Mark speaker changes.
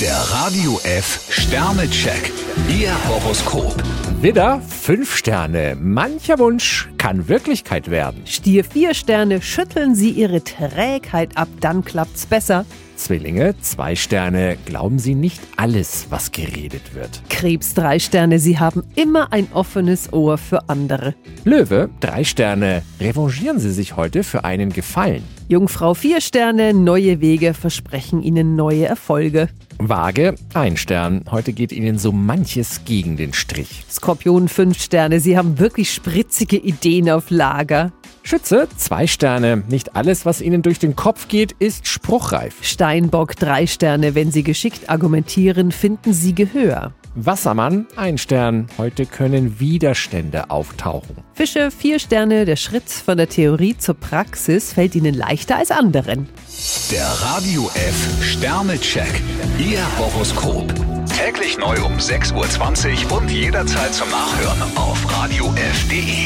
Speaker 1: Der Radio F Sternecheck. Ihr Horoskop.
Speaker 2: Widder, fünf Sterne. Mancher Wunsch kann Wirklichkeit werden.
Speaker 3: Stier vier Sterne, schütteln Sie Ihre Trägheit ab, dann klappt's besser.
Speaker 2: Zwillinge, zwei Sterne. Glauben Sie nicht alles, was geredet wird.
Speaker 3: Krebs drei Sterne, Sie haben immer ein offenes Ohr für andere.
Speaker 2: Löwe, drei Sterne. Revanchieren Sie sich heute für einen Gefallen.
Speaker 3: Jungfrau vier Sterne, neue Wege versprechen Ihnen neue Erfolge.
Speaker 2: Waage, ein Stern. Heute geht Ihnen so manches gegen den Strich.
Speaker 3: Skorpion fünf Sterne, Sie haben wirklich spritzige Ideen auf Lager.
Speaker 2: Schütze, zwei Sterne. Nicht alles, was Ihnen durch den Kopf geht, ist spruchreif.
Speaker 3: Steinbock drei Sterne, wenn Sie geschickt argumentieren, finden Sie Gehör.
Speaker 2: Wassermann, ein Stern. Heute können Widerstände auftauchen.
Speaker 3: Fische vier Sterne, der Schritt von der Theorie zur Praxis fällt Ihnen leichter als anderen.
Speaker 1: Der Radio F Sternecheck. Ihr Horoskop. Täglich neu um 6.20 Uhr und jederzeit zum Nachhören auf Radio radiof.de.